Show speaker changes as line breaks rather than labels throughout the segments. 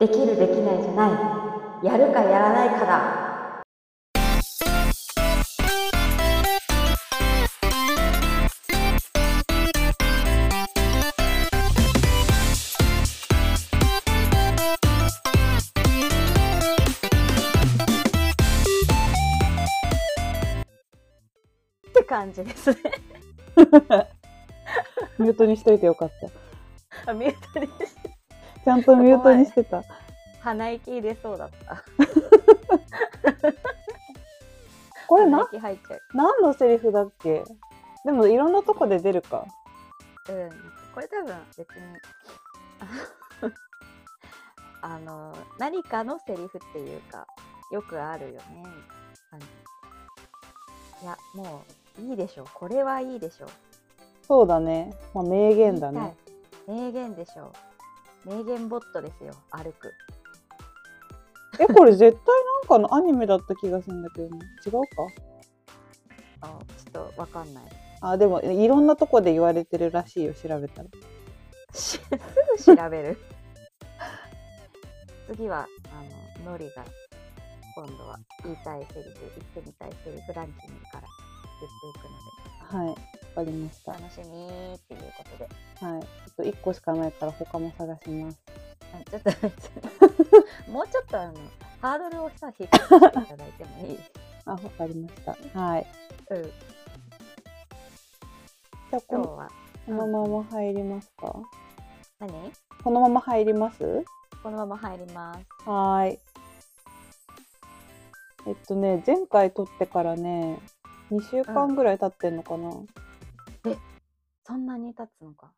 できるできないじゃないやるかやらないかだって感じですね
ミュートにしといてよかった。
あミュートにして
ちゃんとミュートにしてた。
鼻息出そうだった
これ
鼻
な、
息入っちゃう
何のセリフだっけでもいろんなとこで出るか。
うん、これ多分別にあのあの何かのセリフっていうかよくあるよねあのいやもういいでしょうこれはいいでしょう
そうだね。まあ、名言だね。
言いたい名言でしょう名言ボットですよ歩く
え、これ絶対なんかのアニメだった気がするんだけどね。違うか
あちょっとわかんない
あ、でもいろんなとこで言われてるらしいよ、調べたら。
すぐ 調べる 次はあののりが今度は言いたいセリフ言ってみたいセリフランキングから言っていくので
はい。わかりました。はい。
楽しみーっていうことで、
ちょっと1個しかないから他も探します。
あちょっともうちょっとあ のハードルをさ低くしていただいてもいい。
あ、わかりました。はい。
うん、
じゃあこ
今日
の、
は
このまま入りますか
何？
このまま入ります
このまま入ります。
はーい。えっとね、前回撮ってからね、2週間ぐらい経ってんのかな、
そんなに経つのか。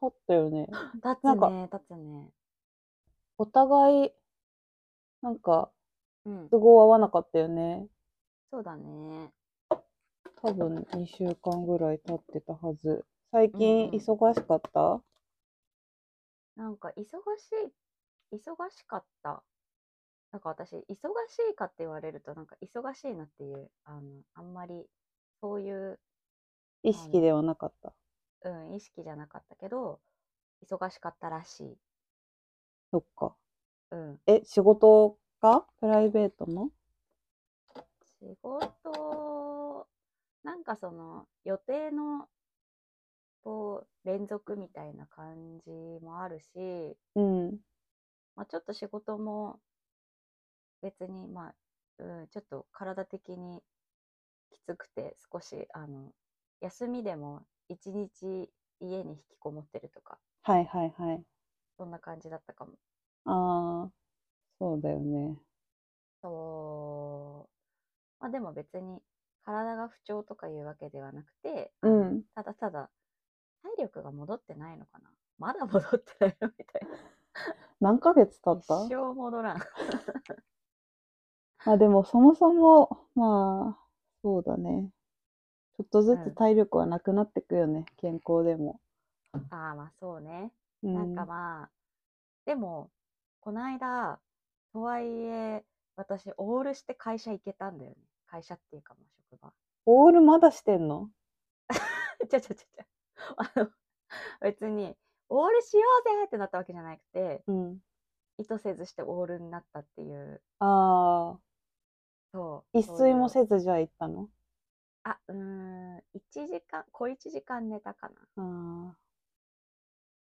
経ったよね。
経
なん
つ
か
ね、経つね。
お互い、なんか、
うん、
都合合わなかったよね。
そうだね。
多分2週間ぐらい経ってたはず。最
う
近
んうん
忙しかった、
なんか忙しい、忙しかった。なんか私、忙しいかって言われると、なんか忙しいなっていう、あの、あんまり、そういう、
意識ではなかった。
うん、意識じゃなかったけど、忙しかったらしい。
そっか。
うん。
え、仕事かプライベートの
仕事なんかその予定のこう連続みたいな感じもあるし、
うん。
まあ、ちょっと仕事も別にまあ、うん、ちょっと体的にきつくて少しあの休みでも一日家に引きこもってるとか
はいはいはい。
そんな感じだったかも。
ああ、そうだよね。
そうまあでも別に体が不調とかいうわけではなくて、
うん。
ただただ、体力が戻ってないのかなまだ戻ってないのみたい
何ヶ月経
な。
った
一生戻らん。
まあでもそもそも、まあ、そうだね。ちょっとず
うん
つ体力はなくなってくよね、健康でも。
ああ、まあそうね。
うん、
なんかまあ、でも、こないだ、とはいえ、私、オールして会社行けたんだよね。会社っていうか、まあ職場。
オールまだしてんの
ちゃちゃちゃちゃ。 あの、別に、オールしようぜってなったわけじゃなくて、
うん。
意図せずしてオールになったっていう。
ああ、
そう。
一睡も
ず。
せずじゃあ行ったの
あ、うーん、1時間、小1時間寝たかな。
ああ、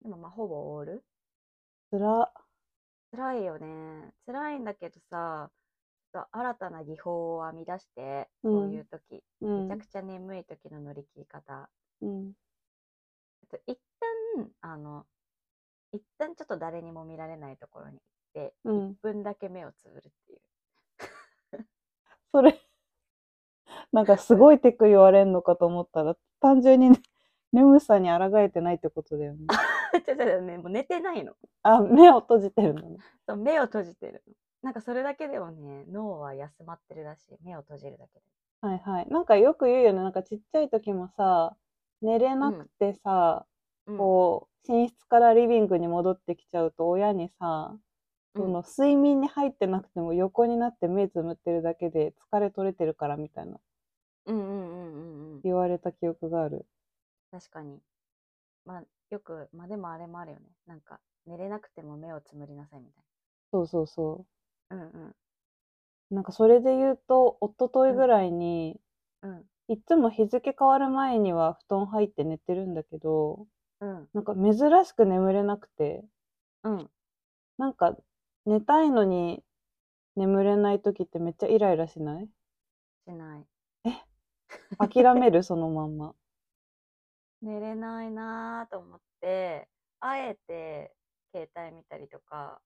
でもまあ、ほぼオール
つら。
辛いよね。辛いんだけどさ、ちょっと新たな技法を編み出して、
う
そ
ん
ういう時、
う
め
ん
ちゃ。くちゃ眠い時の乗り切り方。
うん。
あと一旦、あの、一旦ちょっと誰にも見られないところに行って、
うん。
1分だけ目をつぶるっていう。
それ、 なんかすごいテク言われんのかと思ったら、単純にね 眠さに抗えてないってことだよね。
ちょっとね、もう寝てないの。
あ、目を閉じてるのね。
そう目を閉じてるの。なんかそれだけでもね、脳は休まってるらしい。目を閉じるだけで。
はいはい。なんかよく言うよね。なんかちっちゃい時もさ、寝れなくてさ、
うん
こう、寝室からリビングに戻ってきちゃうと、親にさ、
うん
その睡眠に入ってなくても横になって目つむってるだけで疲れ取れてるからみたいな
うんうんうんうんうん。
言われた記憶がある。
確かに。まあ、よく、まあでもあれもあるよね。なんか、寝れなくても目をつむりなさいみたい
そうそうそ
な。うん
う。なんかそれで言うと、一昨日ぐらいに、
うん。
いつも日付変わる前には布団入って寝てるんだけど、
うん。
なんか珍しく眠れなくて、
うん。うん。
なんか寝たいのに眠れない時ってめっちゃイライラしない
しない。
諦めるそのま んま。
寝れないなぁと思って、あえて携帯見たりとか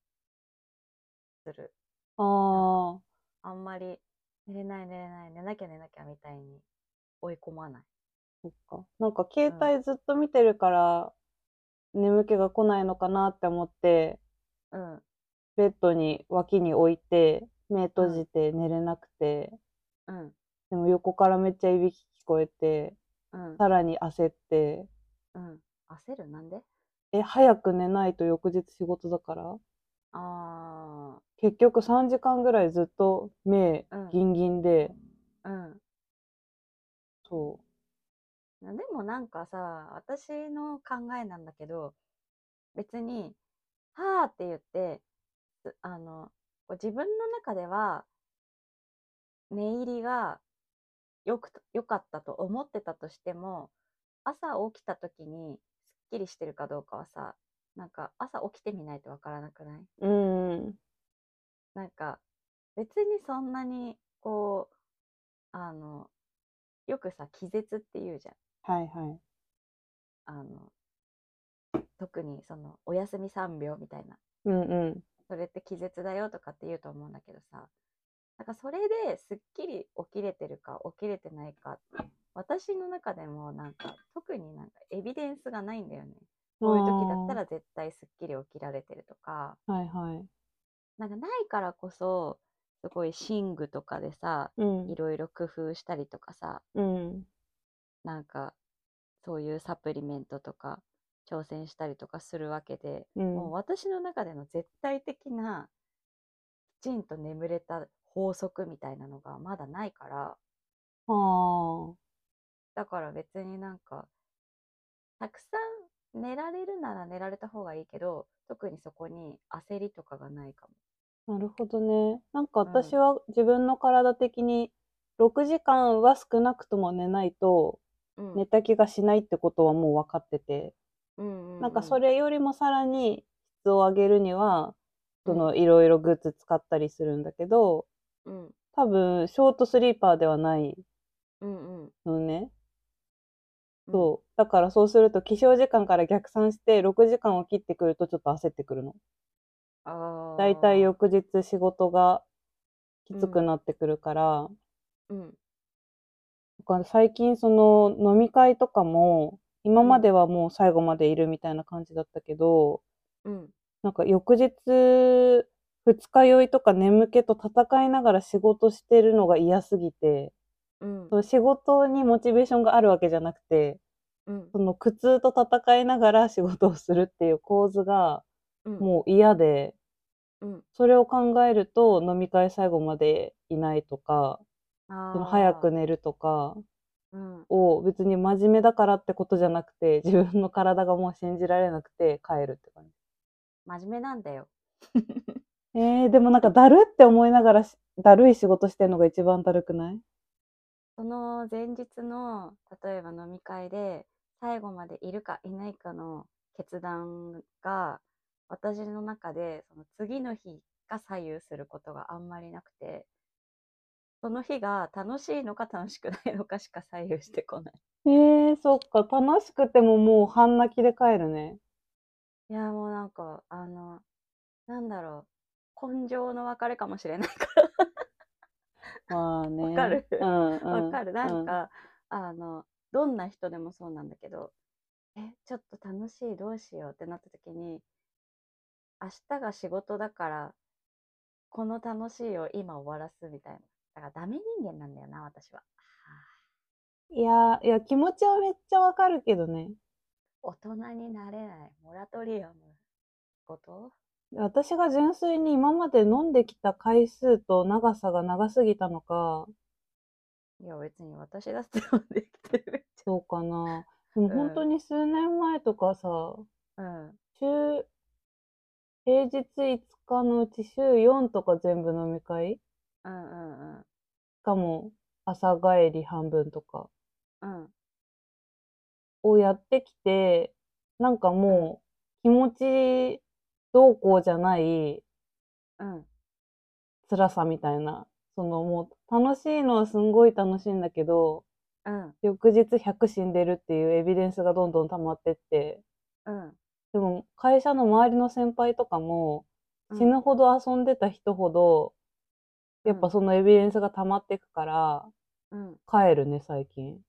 する。
ああ、
あんまり寝れない寝れない、寝なきゃ寝なきゃみたいに追い込まない。
そっか。なんか携帯ずっと見てるから眠気が来ないのかなって思って、
うん。
ベッドに脇に置いて、目閉じて寝れなくて、
うん。
でも横からめっちゃいびき聞こえて、
うん。
さらに焦って、
うん。焦るなんで
え、早く寝ないと翌日仕事だから
あ
結局3時間ぐらいずっと目
うん
ギンギンで、
あ、うん。
そ。
なでもなんかさ、私の考えなんだけど、別に、はあって言って、すあの、こう自分の中では、寝入りがよくと、良かったと思ってたとしても、朝起きた時にすっきりしてるかどうかはさ、なんか朝起きてみないとわからなくないう
うん。
なんか別にそんなにこうあのよくさ気絶って言うじゃん
はいはい。
あの特にそのお休み3秒みたいな
うんうん。
それって気絶だよとかって言うと思うんだけどさなんかそれですっきり起きれてるか起きれてないか私の中でもなんか特になんかエビデンスがないんだよねこういう時だったら絶対すっきり起きられてるとか
あー。はいはい。
なんかないからこそすごい寝具とかでさ
うん
い。ろいろ工夫したりとかさ
うん。
なんかそういうサプリメントとか挑戦したりとかするわけで、
うん。
もう私の中での絶対的なきちんと眠れた法則みたいなのがまだないから
あ
だから別になんかたくさん寝られるなら寝られた方がいいけど特にそこに焦りとかがないかも。
あ。なるほどね。なんか
ん
私は自分の体的に6時間は少なくとも寝ないと
うん
寝た気がしないってことはもう分かってて、
うんう
なんかそ
れ
れよりもさらに質を上げるには、そのいろいろグッズ使ったりするんだけど、
うん
多分ショートスリーパーではない
うんうん
のね。
うん
そう。だからそうすると起床時間から逆算して6時間を切ってくるとちょっと焦ってくるの。
あ
だいたい
よ、
翌日仕事がきつくなってくるから、
うん
だから最近その飲み会とかも今まではもう最後までいるみたいな感じだったけど、
うん、
なんか翌日二日酔いとか眠気と戦いながら仕事してるのが嫌すぎて、
うん
その仕事にモチベーションがあるわけじゃなくて、
うん
その苦痛と戦いながら仕事をするっていう構図が
うん
もう嫌で、
うん
それを考えると飲み会最後までいないとか、その早
あ
く
ー
寝るとか
うん
を別に真面目だからってことじゃなくて、自分の体がもう信じられなくて帰るって感じ。
真面目なんだよ。
えー、でもなんかだるって思いながらし、だるい仕事してんのが一番だるくない
その前日の例えば飲み会で最後までいるかいないかの決断が私の中でその次の日が左右することがあんまりなくてその日が楽しいのか楽しくないのかしか左右してこない。
えー、そっか。楽しくてももう半泣きで帰るね。
いやもうなんかあのなんだろう根性の別れかもしれないから。
まあね。
わかる
うんうん。
わかる。な
うん
か、あの、どんな人でもそうなんだけど、え、ちょっと楽しい、どうしようってなった時に、明日が仕事だから、この楽しいを今終わらすみたいな。だからダメ人間なんだよな、私は。
いやー、いや、気持ちはめっちゃわかるけどね。
大人になれない。モラトリアムこと
私が純粋に今まで飲んできた回数と長さが長すぎたのか、
いや、別に私だって飲んできてるじ
そうかな。でも本当に数年前とかさ、
ゃん。うん。
中、平日5日のうち週4とか全部飲み会し
うんうんうん。
かも朝帰り半分とか
うん。
をやってきて、なんかもう気持ちどうこうじゃない
うん。
辛さみたいな。そのもう楽しいのはすんごい楽しいんだけど、
うん。
翌日100死んでるっていうエビデンスがどんどん溜まってって、
うん。
でも会社の周りの先輩とかも
うん
死ぬほど遊んでた人ほど、やっぱそのエビデンスが溜まってくから、
うん。
帰るね、最近。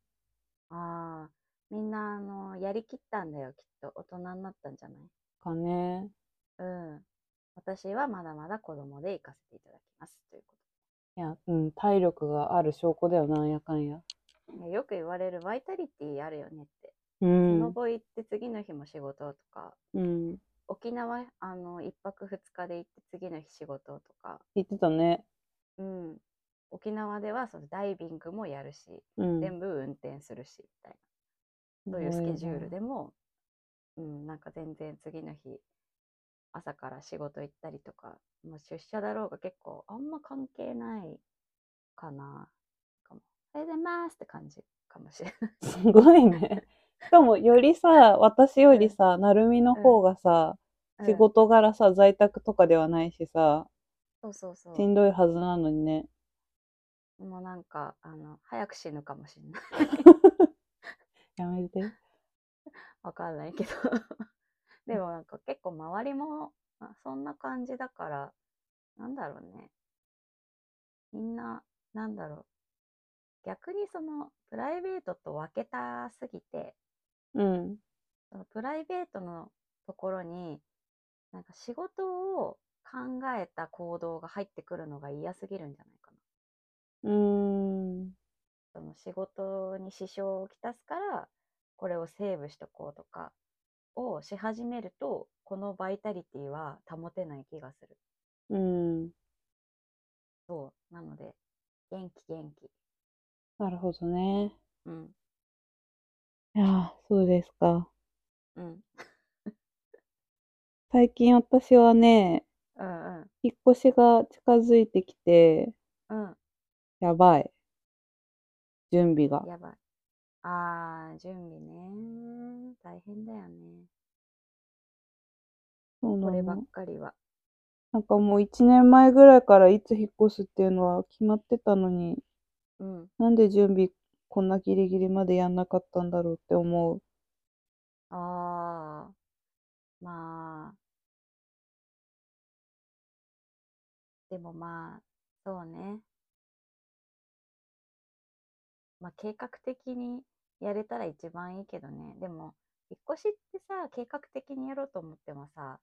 ああ。みんな、あの、やりきったんだよ、きっと。大人になったんじゃない
かね。
うん。私はまだまだ子供で行かせていただきます。というこ
いや、うん、体力がある証拠だよ、なんやかんや。
とで。ねよく言われるバイタリティあるよねって。
う
そ
ん。
の後行って次の日も仕事とか、
うん。
沖縄、あの、一泊二日で行って次の日仕事とか、
言ってたね。
うん。沖縄ではそのダイビングもやるし、
うん。
全部運転するし、みたいな。そういうスケジュールでも、うん、なんか全然次の日、朝から仕事行ったりとか、もう出社だろうが結構あんま関係ないかな。かもおはようございますって感じかもしれない。
すごいね。しかも、よりさ、私よりさ、なるみの方がさ、
うん
仕事柄さ、在宅とかではないしさ、
そうそうそう。
しんどいはずなのにね。
もうなんか、あの、早く死ぬかもしれない。
やめて。
わかんないけど。 でもなんか結構周りも、まあ、そんな感じだから、なんだろうね。みんな、なんだろう。逆にその、プライベートと分けたすぎて、
うん。
そのプライベートのところに、なんか仕事を考えた行動が入ってくるのが嫌すぎるんじゃないかな。
うーん。
その仕事に支障をきたすからこれをセーブしとこうとかをし始めるとこのバイタリティは保てない気がする
うん。
そうなので元気元気
なるほどね。
うん
いやー、そうですか。
うん
最近私はね、
うんうん
引っ越しが近づいてきて、
うん
やばい。準備が。
やばいあー準備ね大変だよね
そうな
こればっ
の。
かりは
なんかもう1年前ぐらいからいつ引っ越すっていうのは決まってたのに、
うん
なんで準備こんなギリギリまでやんなかったんだろうって思う。
あーまあでもまあそうねまあ計画的にやれたら一番いいけどねでも引っ越しってさ計画的にやろうと思ってもさ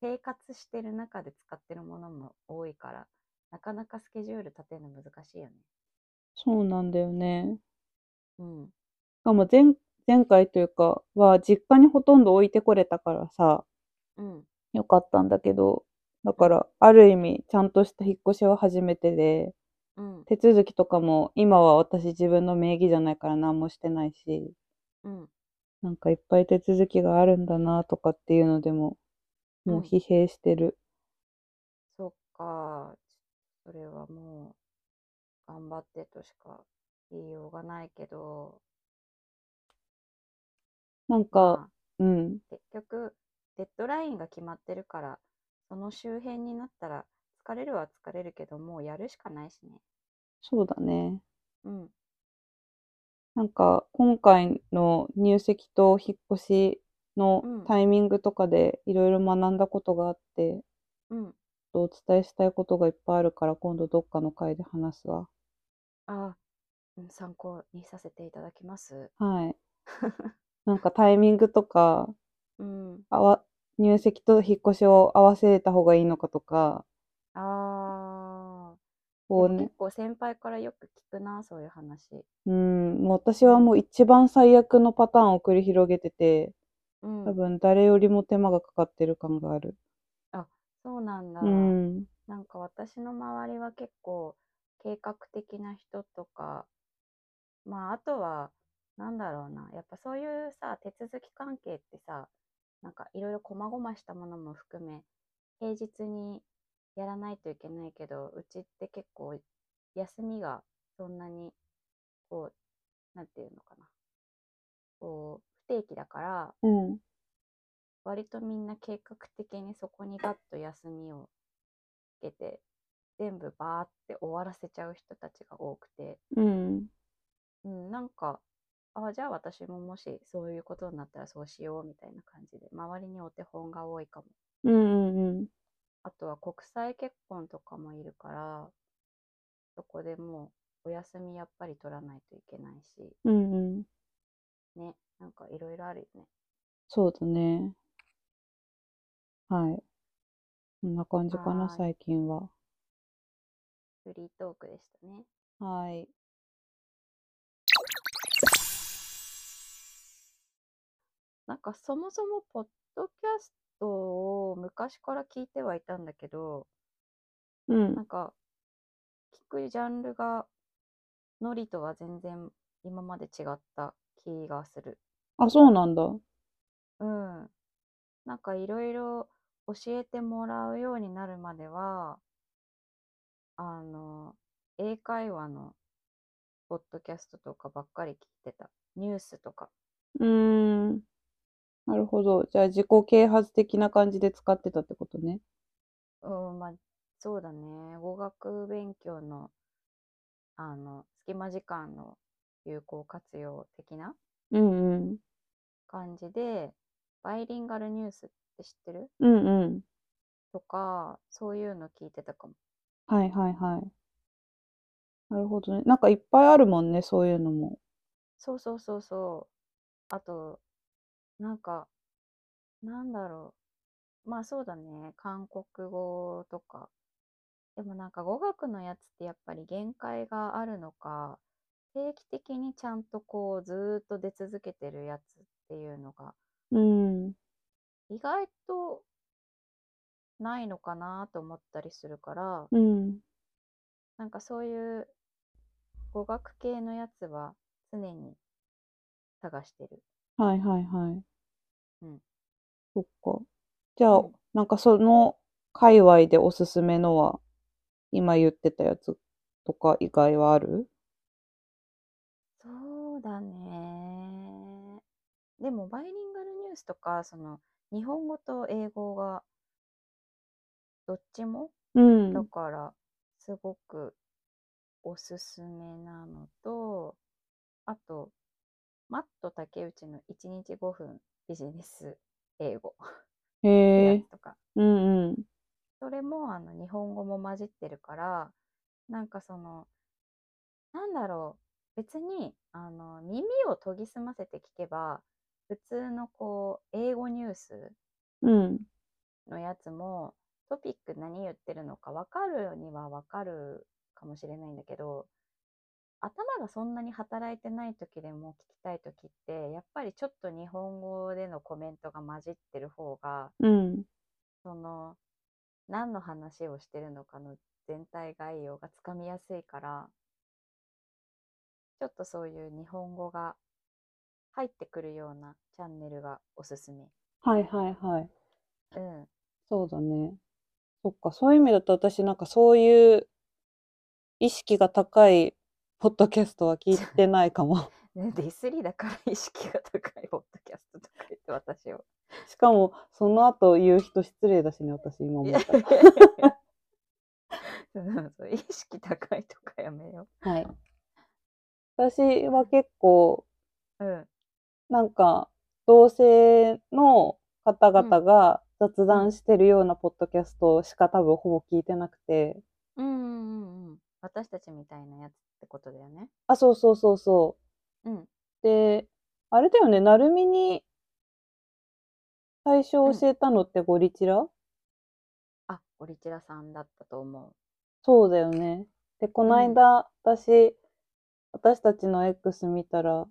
生活してる中で使ってるものも多いからなかなかスケジュール立てるの難しいよね
そうなんだよね。
うん
しかも前、前回というかは実家にほとんど置いてこれたからさ、
うん
よかったんだけど、だからある意味ちゃんとした引っ越しは初めてで、
うん
手続きとかも今は私自分の名義じゃないから何もしてないし、
うん
なんかいっぱい手続きがあるんだなとかっていうのでも、もううん疲弊してる。
そっか、それはもう、頑張ってとしか言いようがないけど、
なんか、
まあ、
うん、
結局、デッドラインが決まってるから、その周辺になったら、疲れるは疲れるけど、もうやるしかないしね。
そうだね。
うん、
なんか、今回の入籍と引っ越し
う
の
ん
タイミングとかでいろいろ学んだことがあって、
うん。
お伝えしたいことがいっぱいあるから、今度どっかの回で話すわ。
あうん参考にさせていただきます。
はい。なんかタイミングとか、
うん。
あわ、入籍と引っ越しを合わせた方がいいのかとか、
あー、
こう
でも
ね
結、構先輩からよく聞くな、そういう話。
うん、もう私はもう一番最悪のパターンを繰り広げてて、
うん
多、分誰よりも手間がかかってる感がある。
そうなんだ。
うん、
なんか私の周りは結構計画的な人とか、まああとは、なんだろうな、やっぱそういうさ、手続き関係ってさ、なんかいろいろ細々したものも含め、平日にやらないといけないけど、うちって結構休みがそんなに、こう、なんていうのかな。こう、不定期だから、
うん。
割とみんな計画的にそこにガッと休みをつけて、全部バーって終わらせちゃう人たちが多くて、
うん。
うん、なんか、ああ、じゃあ私ももしそういうことになったらそうしようみたいな感じで、周りにお手本が多いかも。
うんうんうん。
あとは国際結婚とかもいるから、そこでもうお休みやっぱり取らないといけないし、
うんうん。
ね、なんかいろいろあるよね。
そうだね。はい。こんな感じか
はー
な、
い
最近は。
フリートークでしたね。
はい。
なんかそもそもポッドキャストを昔から聞いてはいたんだけど、
うん
な。んか聞くジャンルがノリとは全然今まで違った気がする。
あ、そうなんだ。
うん。なんかいろいろ教えてもらうようになるまでは、あの、英会話のポッドキャストとかばっかり聞いてた。ニュースとか。
うーん。なるほど。じゃあ、自己啓発的な感じで使ってたってことね。
うん、まあ、そうだね。語学勉強の、あの、隙間時間の有効活用的な
うんうん。
感じで、バイリンガルニュースって知ってる
うんうん。
とか、そういうの聞いてたかも。
はいはいはい。なるほどね。なんかいっぱいあるもんね、そういうのも。
そうそうそうそう。あと、なんか、なんだろう。まあそうだね。韓国語とか。でもなんか語学のやつってやっぱり限界があるのか、定期的にちゃんとこうずーっと出続けてるやつっていうのが
うん。
意外とないのかなと思ったりするから、
うん。
なんかそういう語学系のやつは常に探してる。
はいはいはい。
うん。
そっか。じゃあ
うん、
なんかその界隈でおすすめのは、今言ってたやつとか以外はある
そうだね。でも、バイリンガルニュースとか、その、日本語と英語が、どっちも、
うん。
だから、すごくおすすめなのと、あと、マット竹内の1日5分ビジネス英語
へ
ってや
え。
つとか、
うんうん。
それもあの日本語も混じってるから、なんかその、なんだろう、別にあの耳を研ぎ澄ませて聞けば、普通のこう、英語ニュース
うん。
のやつも、トピック何言ってるのか分かるには分かるかもしれないんだけど、頭がそんなに働いてない時でも聞きたい時って、やっぱりちょっと日本語でのコメントが混じってる方が、
うん。
その何の話をしてるのかの全体概要がつかみやすいからちょっとそういう日本語が入ってくるようなチャンネルがおすすめ。
はいはいはい。
うん。
そうだね。そっか、そういう意味だと私なんかそういう意識が高いポッドキャストは聞いてないかも。
ね、ディスリだから意識が高いポッドキャストとか言って私を。
しかも、その後言う人失礼だしね、私今 思ったら。
そうそう意識高いとかやめよ
はい。私は結構、
う。うん。
なんか、同性の方々が雑談してるようなポッドキャストしか多分ほぼ聞いてなくて、
うんうんうんうん。私たちみたいなやつってことだよね。
あ、そうそうそうそう。
うん。
で、あれだよね、なるみに最初教えたのってゴリチラ、
あ、オリチラさんだったと思
そうだよね。で、この間、私、私たちの X 見たら、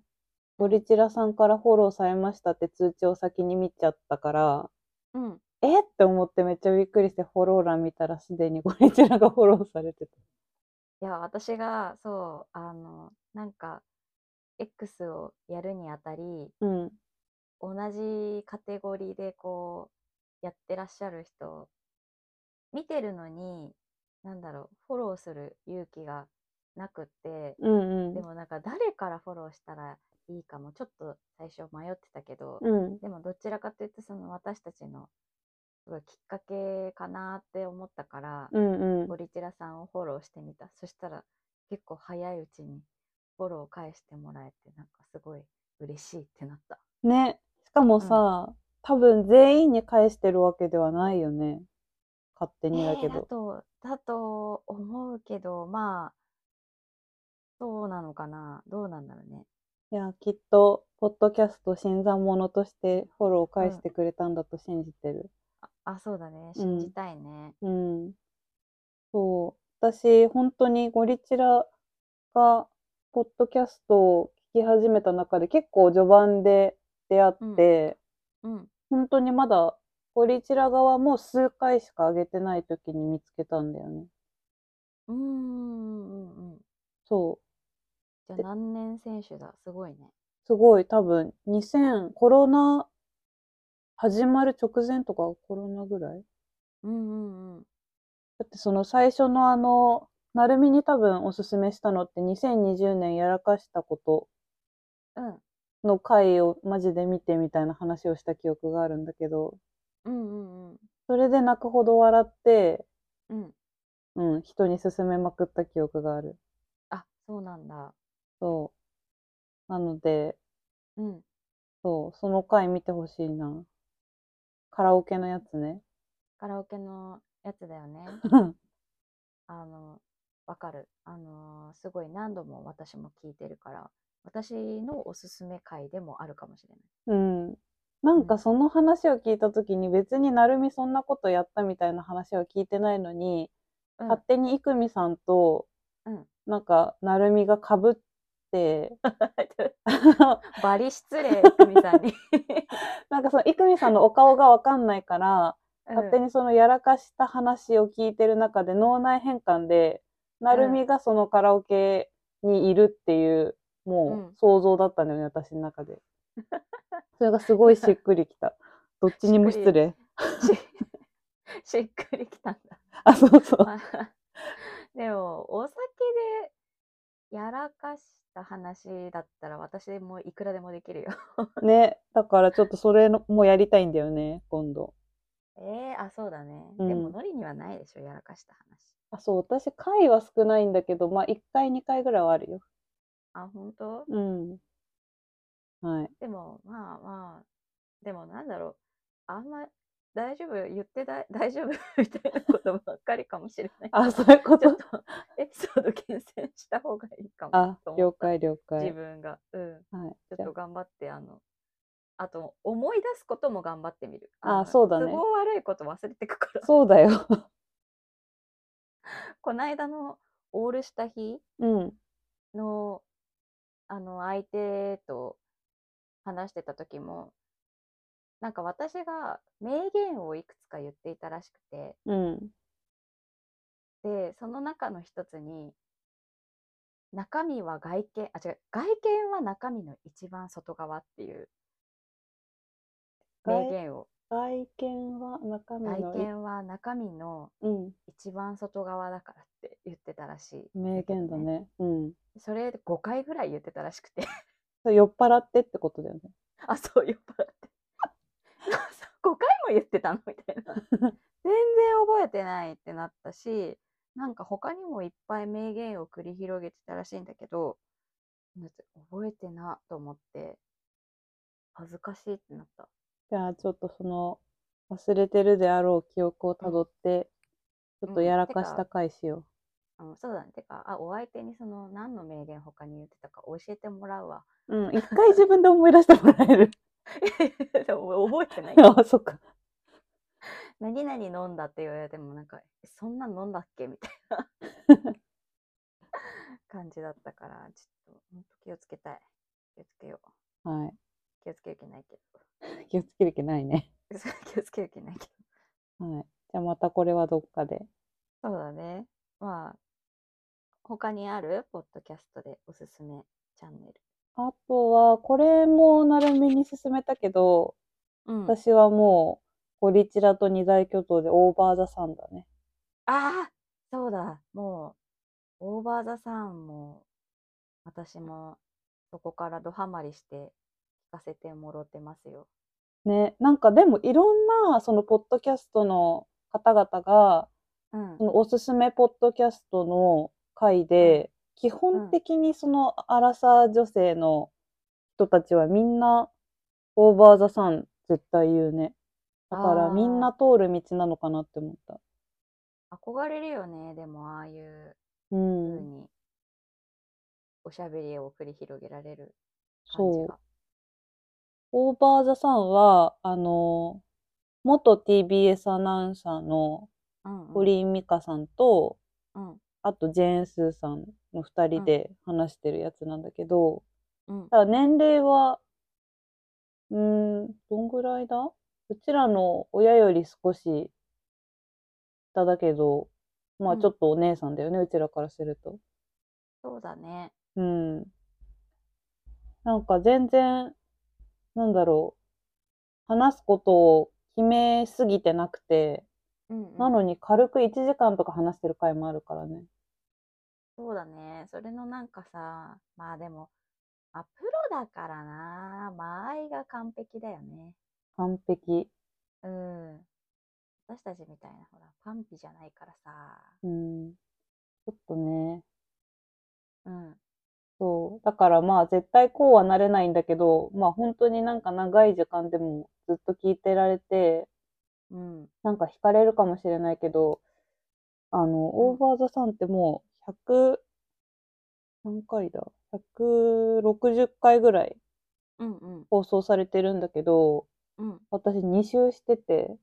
ゴリチラさんからフォローされましたって通知を先に見ちゃったから、
う。うん。
えって思ってめっちゃびっくりしてフォロー欄見たらすでにゴリチラがフォローされてた。
いや、私が、そう、あの、なんか、X をやるにあたり、
うん。
同じカテゴリーでこう、やってらっしゃる人見てるのに、なんだろう、フォローする勇気がなくって、
うんうん。
でもなんか誰からフォローしたらいいかも、ちょっと最初迷ってたけど、
うん。
でもどちらかというと、その私たちのすごいきっかけかなって思ったから、
うんうん
ゴ。リチラさんをフォローしてみた。そしたら結構早いうちにフォローを返してもらえて、なんかすごい嬉しいってなった。
ね。しかもさ、多分全員に返してるわけではないよね。勝手にだけ
えーだ
ど。
と、だと思うけど、まあ、そうなのかな。どうなんだろうね。
いや、きっと、ポッドキャスト新参者としてフォローを返してくれたんだと信じてる。
あ、あそうだね。
うん
信じたいね。
うん。そう。私、本当にゴリチラが、ポッドキャストを聞き始めた中で、結構序盤で出会って、
うん。
本当にまだ、ゴリチラ側も数回しか上げてない時に見つけたんだよね。
うーん、うん、うん。
そう。
じゃあ
で
何年選手だ。すごいね。
すごい、多分、2000、コロナ始まる直前とか、コロナぐらい
うん、うん、うん。
だってその最初のあの、なるみに多分おすすめしたのって2020年やらかしたこと
うん、
の回をマジで見てみたいな話をした記憶があるんだけど、
うん、うん、うん。
それで泣くほど笑って、
うん。
うん、人に勧めまくった記憶がある。
あ、そうなんだ。
そう。なので、
うん。
そう、その回見てほしいな。カラオケのやつね。
カラオケのやつだよね。あの、わかる。あのーすごい何度も私も聞いてるから、私のおすすめ回でもあるかもしれない。
うん。なんかその話を聞いたときに別になるみそんなことやったみたいな話は聞いてないのに、
うん
勝手にいくみさんと
うん、
なんかなるみがかぶ って、
バリ失礼、久美さん に。
なんかそのいくみさんのお顔がわかんないから、勝手
に。
にそのやらかした話を聞いてる中で脳内変換で、なるみがそのカラオケにいるっていう、も
うん
う想像だったんだよね、私の中で。それがすごいしっくりきた。どっちにも失礼。
ししっくりきたんだ。
あ、そうそう。
まあ でも、お酒でやらかした話だったら私もいくらでもできるよ。
ね、だからちょっとそれのもやりたいんだよね、今度。
ええあ、そうだね。
うん
でも、ノリにはないでしょ、やらかした話。
あ、そう、私、回は少ないんだけど、まあ、1回、2回ぐらいはあるよ。
あ、本当
うん。はい。
でも、まあまあ、でもなんだろう。あんま、大丈夫、言ってだ 大丈夫みたいなことばっかりかもしれない。
あ、そういうこ
ちょっ
と。
とエピソード厳選した方がいいかも。
あ
と、思
了
った
解、了解。
自分が。うん。
はい。
ちょっ
じゃあ
と頑張って、あの、あと、思い出すことも頑張ってみる。
あ
の
そうだね
都合悪いこと忘れてくから。
そうだよ。
この間のオールした日
うん。
の、あの、相手と話してた時も、なんか私が名言をいくつか言っていたらしくて、
うん。
で、その中の一つに、中身は外見、あ、違う、外見は中身の一番外側っていう名言を、
外見は中身
外
のい
見は中身の
うん。
一番外側だからって言ってたらしい。
名言だね。うん。
それ5回ぐらい言ってたらしくて、
それ酔っ払ってってことだよね。
あ、そう、酔っ払って。5回も言ってたのみたいな。全然覚えてないってなったし、なんか他にもいっぱい名言を繰り広げてたらしいんだけど、なんか覚えてなと思って、恥ずかしいってなった。
じゃあ、ちょっとその、忘れてるであろう記憶をたどって、ちょっ
う
と
ん
やら
て
か
か
した回しよう。
うん、そうだね。てか、あ、お相手にその何の名言他に言ってたか教えてもらうわ。
うん、一回自分で思い出してもらえる。
でも覚えてない。
あ、そっか。
何々飲んだって言われてもなんかえそんなん飲んだっけみたいな感じだったからちょっとほんと気をつけたい気をつけよう
は
気をつける気ないけ
い。気をつける気ないね。
ど 気をつける気ないけ
はい。じゃあまたこれはどっかで。
どそうだねまあ他にあるポッドキャストでおすすめチャンネル
あとは、これもなるみに勧めたけど、
うん
私はもう、ゴリチラと二大巨頭でオーバーザさんだね。
ああ、そうだ、もう、オーバーザさんも、私も、そこからドハマりして、聞かせてもろてますよ。
ね、なんかでもいろんなそのポッドキャストの方々が
うん
そ。のおすすめポッドキャストの回で基本的にそのアラサー女性の人たちはみんなオーバーザさん絶対言うねだから
あー
みんな通る道なのかなって思った
憧れるよね、でも、ああいう
う
風
ん
に、おしゃべりを繰り広げられる感じ
そう
が。
オーバーザさんはあの元 TBS アナウンサーの
うんうん、
堀井美香さんと、
うん、
あとジェーン・スーさんの2人で話してるやつなんだけど、
うん。
ただ年齢は、うーん、どんぐらいだうちらの親より少し下だけど、まあ
うん
ちょっとお姉さんだよね、うちらからすると。
そうだね。
うん。なんか全然、なんだろう、話すことを決めすぎてなくて、
うん、うん。
なのに軽く1時間とか話してる回もあるからね。
そうだね。それのなんかさ、まあでも、あ、プロだからな。間合いが完璧だよね。
完璧。
うん。私たちみたいな、ほら、パンピじゃないからさ。
うん。ちょっとね、
うん。
そう。だからまあ絶対こうはなれないんだけど、まあ本当になんか長い時間でもずっと聞いてられて、
うん。
なんか惹かれるかもしれないけど、あの、オーバーザさんってもう100、何回だ ?160 回ぐらい
うんうん。
放送されてるんだけど、
うん。
私2周してて、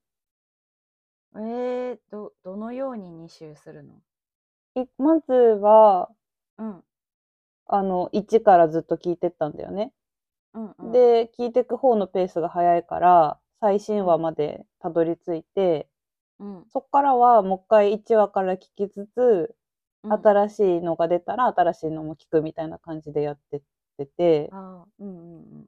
えー、ど、どのように2周するの
いまずは、
うん。
あの、1からずっと聞いてったんだよね。
うんうん。、
で、聞いてく方のペースが早いから、最新話までたどり着いて、
うん。
そっからはもう一回1話から聞きつつ、
うん、
新しいのが出たら新しいのも聞くみたいな感じでやってってて、
あーうんうん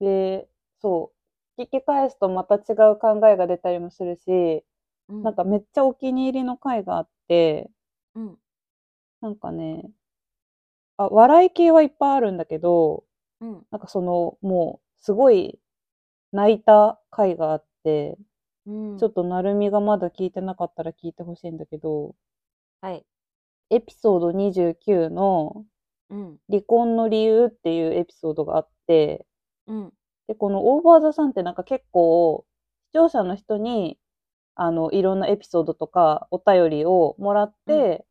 で、そう、聞き返すとまた違う考えが出たりもするし、
うん。
なんかめっちゃお気に入りの回があって、
うん、
なんかね、あ、笑い系はいっぱいあるんだけど、
うん。
なんかその、もう、すごい泣いた回があって、
うん。うん。
ちょっとなるみがまだ聞いてなかったら聞いてほしいんだけど、
はい。
エピソード29の
うん。
離婚の理由っていうエピソードがあって、
うん。
で、このオーバーザさんってなんか結構、視聴者の人に、あの、いろんなエピソードとかお便りをもらって、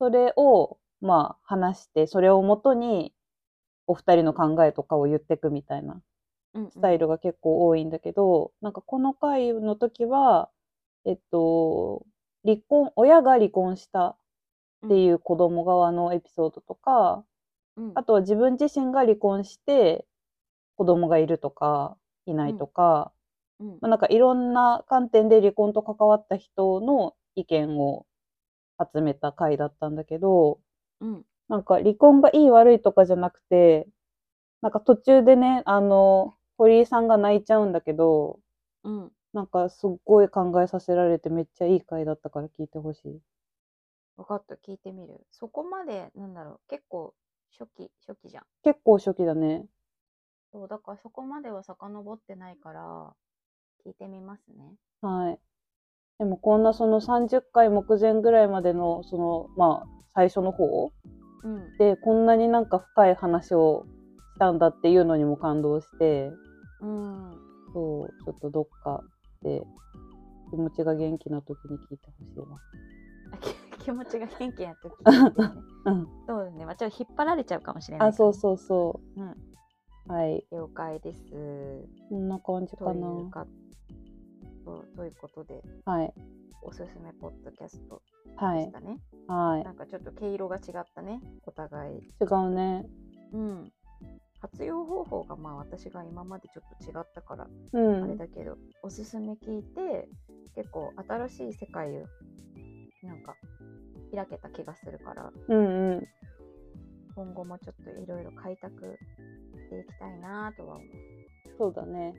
それを、まあ、話して、それをもとに、お二人の考えとかを言ってくみたいな
うん。
スタイルが結構多いんだけど、なんかこの回の時は、えっと、離婚、親が離婚したっていう子供側のエピソードとか、
うん。
あとは自分自身が離婚して子供がいるとか、いないとか、
うん
まあ、なんかいろんな観点で離婚と関わった人の意見を集めた回だったんだけど、
うん。
なんか離婚がいい悪いとかじゃなくて、なんか途中でね、あの、堀井さんが泣いちゃうんだけど、
うん。
なんかすっごい考えさせられてめっちゃいい回だったから聞いてほしい。
分かった、聞いてみる。そこまで、なんだろう、結構初期、初期じゃん。
結構初期だね。
そう、だからそこまでは遡ってないから、聞いてみますね。
はい。でもこんなその30回目前ぐらいまでのそのまあ最初の方
うん。
でこんなになんか深い話をしたんだっていうのにも感動して、
うん。
そう、ちょっとどっかで気持ちが元気な時に聞いてほしいわ。
あき 気持ちが元気な 時っていうね
うん
そうだね。まあ、ちょっと引っ張られちゃうかもしれない。
あ、そうそうそう。
うん
はい。
了解です。
こんな感じ
と
か
いう
な。
か、そうということで、
はい。
おすすめポッドキャスト
は
で
い
し。たね。
はい
な。んかちょっと毛色が違ったね、お互い。
違うね。
うん。活用方法がまあ私が今までちょっと違ったから
う
あれ
ん。
だけど、おすすめ聞いて、結構新しい世界を、なんか、開けた気がするから、
うんうん。
今後もちょっといろいろ開拓していきたいなとは思う。
そうだね。